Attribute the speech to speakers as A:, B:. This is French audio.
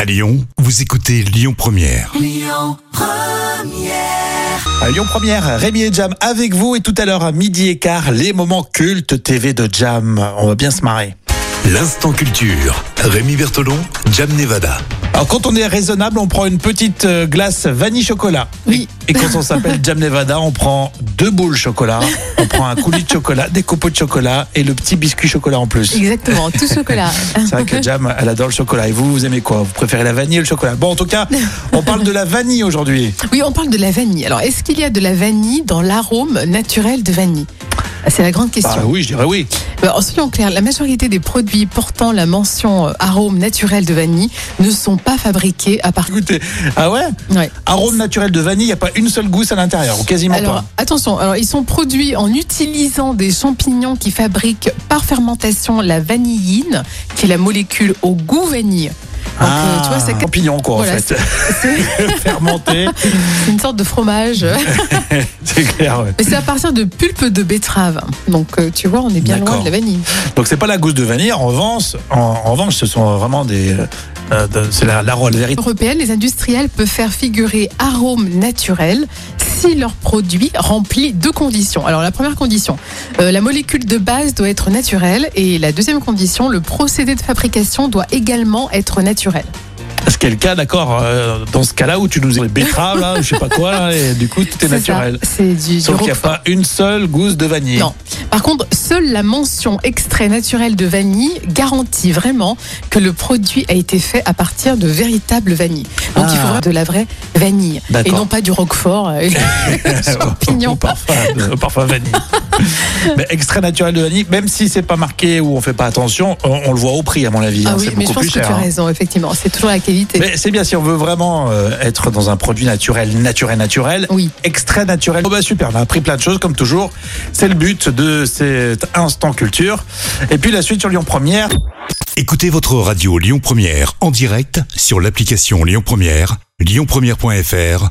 A: À Lyon, vous écoutez Lyon Première.
B: À Lyon Première, Rémi et Jam avec vous et tout à l'heure à midi et quart, les moments cultes TV de Jam. On va bien se marrer.
A: L'instant culture. Rémi Bertolon, Jam Nevada.
B: Alors quand on est raisonnable, on prend une petite euh, glace vanille chocolat.
C: Oui.
B: Et quand on s'appelle Jam Nevada, on prend deux boules chocolat, on prend un coulis de chocolat, des copeaux de chocolat et le petit biscuit chocolat en plus.
C: Exactement, tout chocolat.
B: C'est vrai que Jam, elle adore le chocolat. Et vous, vous aimez quoi Vous préférez la vanille ou le chocolat Bon, en tout cas, on parle de la vanille aujourd'hui.
C: Oui, on parle de la vanille. Alors, est-ce qu'il y a de la vanille dans l'arôme naturel de vanille C'est la grande question.
B: Ah oui, je dirais oui.
C: Bah, en soyons clairs, la majorité des produits portant la mention euh, arôme naturel de vanille ne sont pas fabriqués à partir.
B: Écoutez, ah ouais
C: Ouais.
B: Arôme naturel de vanille, il n'y a pas une seule gousse à l'intérieur, ou quasiment
C: Alors,
B: pas.
C: attention, alors, ils sont produits en utilisant des champignons qui fabriquent par fermentation la vanilline, qui est la molécule au goût vanille. Donc,
B: Ah.
C: euh, tu vois, ça-
B: champignon quoi en
C: Voilà,
B: fait. Fermenté,
C: c'est une sorte de fromage.
B: c'est clair. ouais.
C: Mais c'est à partir de pulpe de betterave. Donc, euh, tu vois, on est bien loin
B: D'accord.
C: de la vanille.
B: Donc c'est pas la gousse de vanille. En revanche, en, en revanche, ce sont vraiment des, euh, de- c'est la, la rôle vérité.
C: Européenne, les industriels peuvent faire figurer arôme naturel si leur produit remplit deux conditions. Alors, la première condition, euh, la molécule de base doit être naturelle. Et la deuxième condition, le procédé de fabrication doit également être naturel.
B: Ce qui est le cas, d'accord. euh, dans ce cas-là où tu nous les betteraves, là, ou je sais pas quoi, là, et du coup tout est
C: ça,
B: naturel.
C: C'est du, du
B: Sauf qu'il n'y a
C: roquefort.
B: pas une seule gousse de vanille.
C: Non. Par contre, seule la mention extrait naturel de vanille garantit vraiment que le produit a été fait à partir de véritables vanilles. Donc il
B: Ah.
C: faut vraiment de la vraie vanille et
B: D'accord.
C: non pas du roquefort euh, et des
B: Ou
C: champignons.
B: parfum, de- parfum vanille. Mais extrait naturel de vanille, même si c'est pas marqué ou on fait pas attention, on, on le voit au prix à mon avis. hein,
C: Ah oui,
B: c'est
C: mais je
B: beaucoup
C: pense
B: plus
C: que
B: cher.
C: tu as
B: hein.
C: raison, effectivement, c'est toujours la qualité.
B: Mais c'est bien si on veut vraiment euh, être dans un produit naturel, naturel, naturel.
C: Oui.
B: Extrait naturel. Oh bah super, on a appris plein de choses comme toujours. C'est le but de cet instant culture. Et puis la suite sur Lyon Première.
A: Écoutez votre radio Lyon Première en direct sur l'application Lyon Première, lyonpremière.fr